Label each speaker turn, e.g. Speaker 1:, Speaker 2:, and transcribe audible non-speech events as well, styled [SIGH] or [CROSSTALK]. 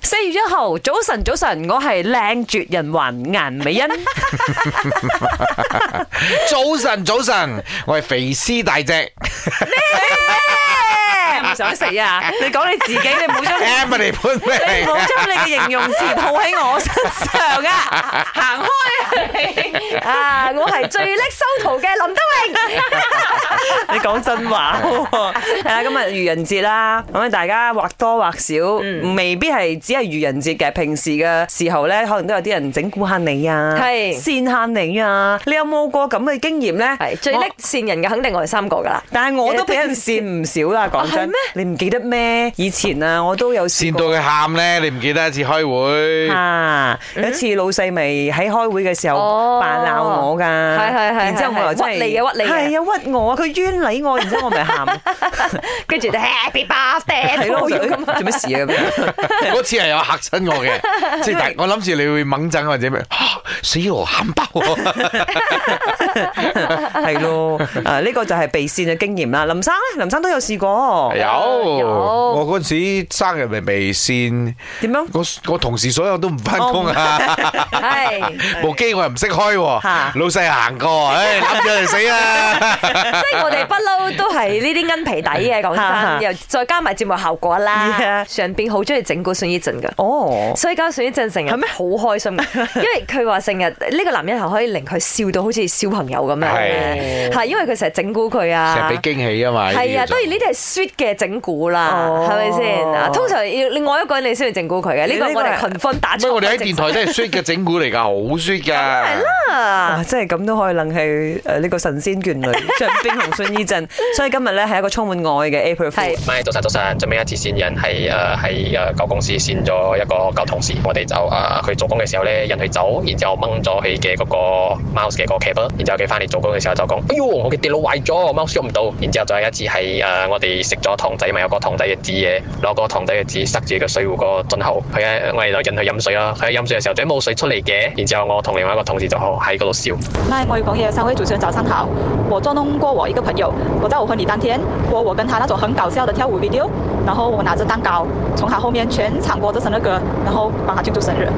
Speaker 1: 一月一號，早晨早晨，我係靚絕人寰顏美欣。
Speaker 2: 早晨，早晨，我係肥屍大隻
Speaker 1: 唔想死啊！你講你自己，你冇將
Speaker 2: Emily 潘
Speaker 1: 你冇
Speaker 2: 碧
Speaker 1: 將你嘅形容詞套喺我身上
Speaker 3: [LAUGHS]
Speaker 1: 啊！行開啊你！
Speaker 3: 啊，我係最叻修圖嘅林德 [LAUGHS] 榮。
Speaker 1: 你講真話喎， [LAUGHS] 係啦，今日愚人節啦，咁大家或多或少，未必係只係愚人節嘅，平時嘅時候咧，可能都有啲人整蠱下你啊，
Speaker 3: 係
Speaker 1: 跣下你啊，你有冇過咁嘅經驗咧？
Speaker 3: 係最
Speaker 1: 我
Speaker 3: 叻善人嘅，肯定我哋三個噶啦。
Speaker 1: 但係我都俾
Speaker 3: [LAUGHS]
Speaker 1: 人跣唔少啦，講
Speaker 3: 啊係
Speaker 1: 真
Speaker 3: 咩，
Speaker 1: 你唔記得咩？以前啊，我都有試
Speaker 2: 跣
Speaker 1: 過
Speaker 2: 到佢喊咧，你唔記得一次開會，
Speaker 1: 啊！有一次老細咪喺開會嘅時候
Speaker 3: 哦
Speaker 1: 扮鬧我㗎，
Speaker 3: 係係係
Speaker 1: 然之後我又真係
Speaker 3: 屈你嘅屈你嘅
Speaker 1: 係啊屈我啊，佢冤禮我，然之後我咪
Speaker 3: [LAUGHS]
Speaker 1: 喊，
Speaker 3: 跟住就 Happy Birthday，
Speaker 1: 哦 [LAUGHS] 係咯，我就
Speaker 3: 咁
Speaker 1: 哎做咩事啊咁樣？
Speaker 2: 嗰次係有嚇親我嘅，即係但我諗住你會掹震或者咩，啊死我喊爆我，
Speaker 1: 係咯，啊呢個就係被線嘅經驗啦。林生咧，林生都有試過，
Speaker 2: 有
Speaker 3: 有
Speaker 2: 我嗰陣時生日咪被跣，
Speaker 1: 點樣？
Speaker 2: 我我同事所有都唔翻工啊，
Speaker 3: 係，
Speaker 2: 部機我又唔識開喎
Speaker 1: 嚇，
Speaker 2: 老細行過，唉攬咗嚟死啊！
Speaker 3: 即係我哋不嬲都係呢啲奀皮底嘅，
Speaker 1: [LAUGHS]
Speaker 3: 講
Speaker 1: 哈哈
Speaker 3: 真，又再加埋節目效果
Speaker 1: Yeah
Speaker 3: 啦，上邊好中意整蠱孫依陣噶。
Speaker 1: 哦，
Speaker 3: 所以搞到孫依陣成日
Speaker 1: 係咩
Speaker 3: 好開心
Speaker 1: [LAUGHS]
Speaker 3: 嘅，因為佢話成日呢個男人係可以令佢笑到好似小朋友咁
Speaker 2: 係
Speaker 3: 樣，係因為佢成日整蠱佢
Speaker 2: 成
Speaker 3: 啊
Speaker 2: 日。俾驚喜啊嘛，
Speaker 3: 係啊，
Speaker 2: 都
Speaker 3: 當然呢啲係 sweet 嘅整蠱啦，
Speaker 1: 哦
Speaker 3: 係咪先？啊通常要另外一個人你先去整蠱佢嘅，呢
Speaker 1: 呢
Speaker 3: 個
Speaker 1: 個
Speaker 3: 我
Speaker 1: 係
Speaker 3: 哋群分打
Speaker 2: 所以
Speaker 3: 出嚟。
Speaker 2: 我哋喺電台真係 sweet 嘅整蠱嚟㗎，好 sweet 㗎。
Speaker 3: 啊
Speaker 1: 哇！真係咁都可以楞係誒呢個神仙眷
Speaker 3: [LAUGHS]
Speaker 1: 侶張冰同孫依陣，所以今日咧係一個充滿愛嘅 April Fool
Speaker 3: 係。
Speaker 4: 咪早晨早晨，最尾一次線人係誒呃喺誒舊公司線咗一個舊同事，我哋就誒呃佢、做工嘅時候咧引佢走，然之後掹咗佢嘅嗰個 mouse 嘅個 cable，然之後佢翻嚟做工嘅時候就講：哎呦，我嘅電腦壞咗我，mouse 喐唔到。然之後再有一次係誒、呃我哋食咗糖仔，咪有個糖仔嘅紙嘢，攞個糖仔嘅紙塞住個水壺個樽口，佢喺我哋就引佢飲水啦。佢喺飲水嘅時候，點解冇水出嚟嘅？然之後我同另外一個同事就喺嗰度笑。
Speaker 5: 嗨，我要讲嘢。三位主持人早上好，我捉弄过我一个朋友。我在我婚礼当天播我跟他那种很搞笑的跳舞 video，然后我拿着蛋糕从他后面全场播着生日歌，然后帮他庆祝生日。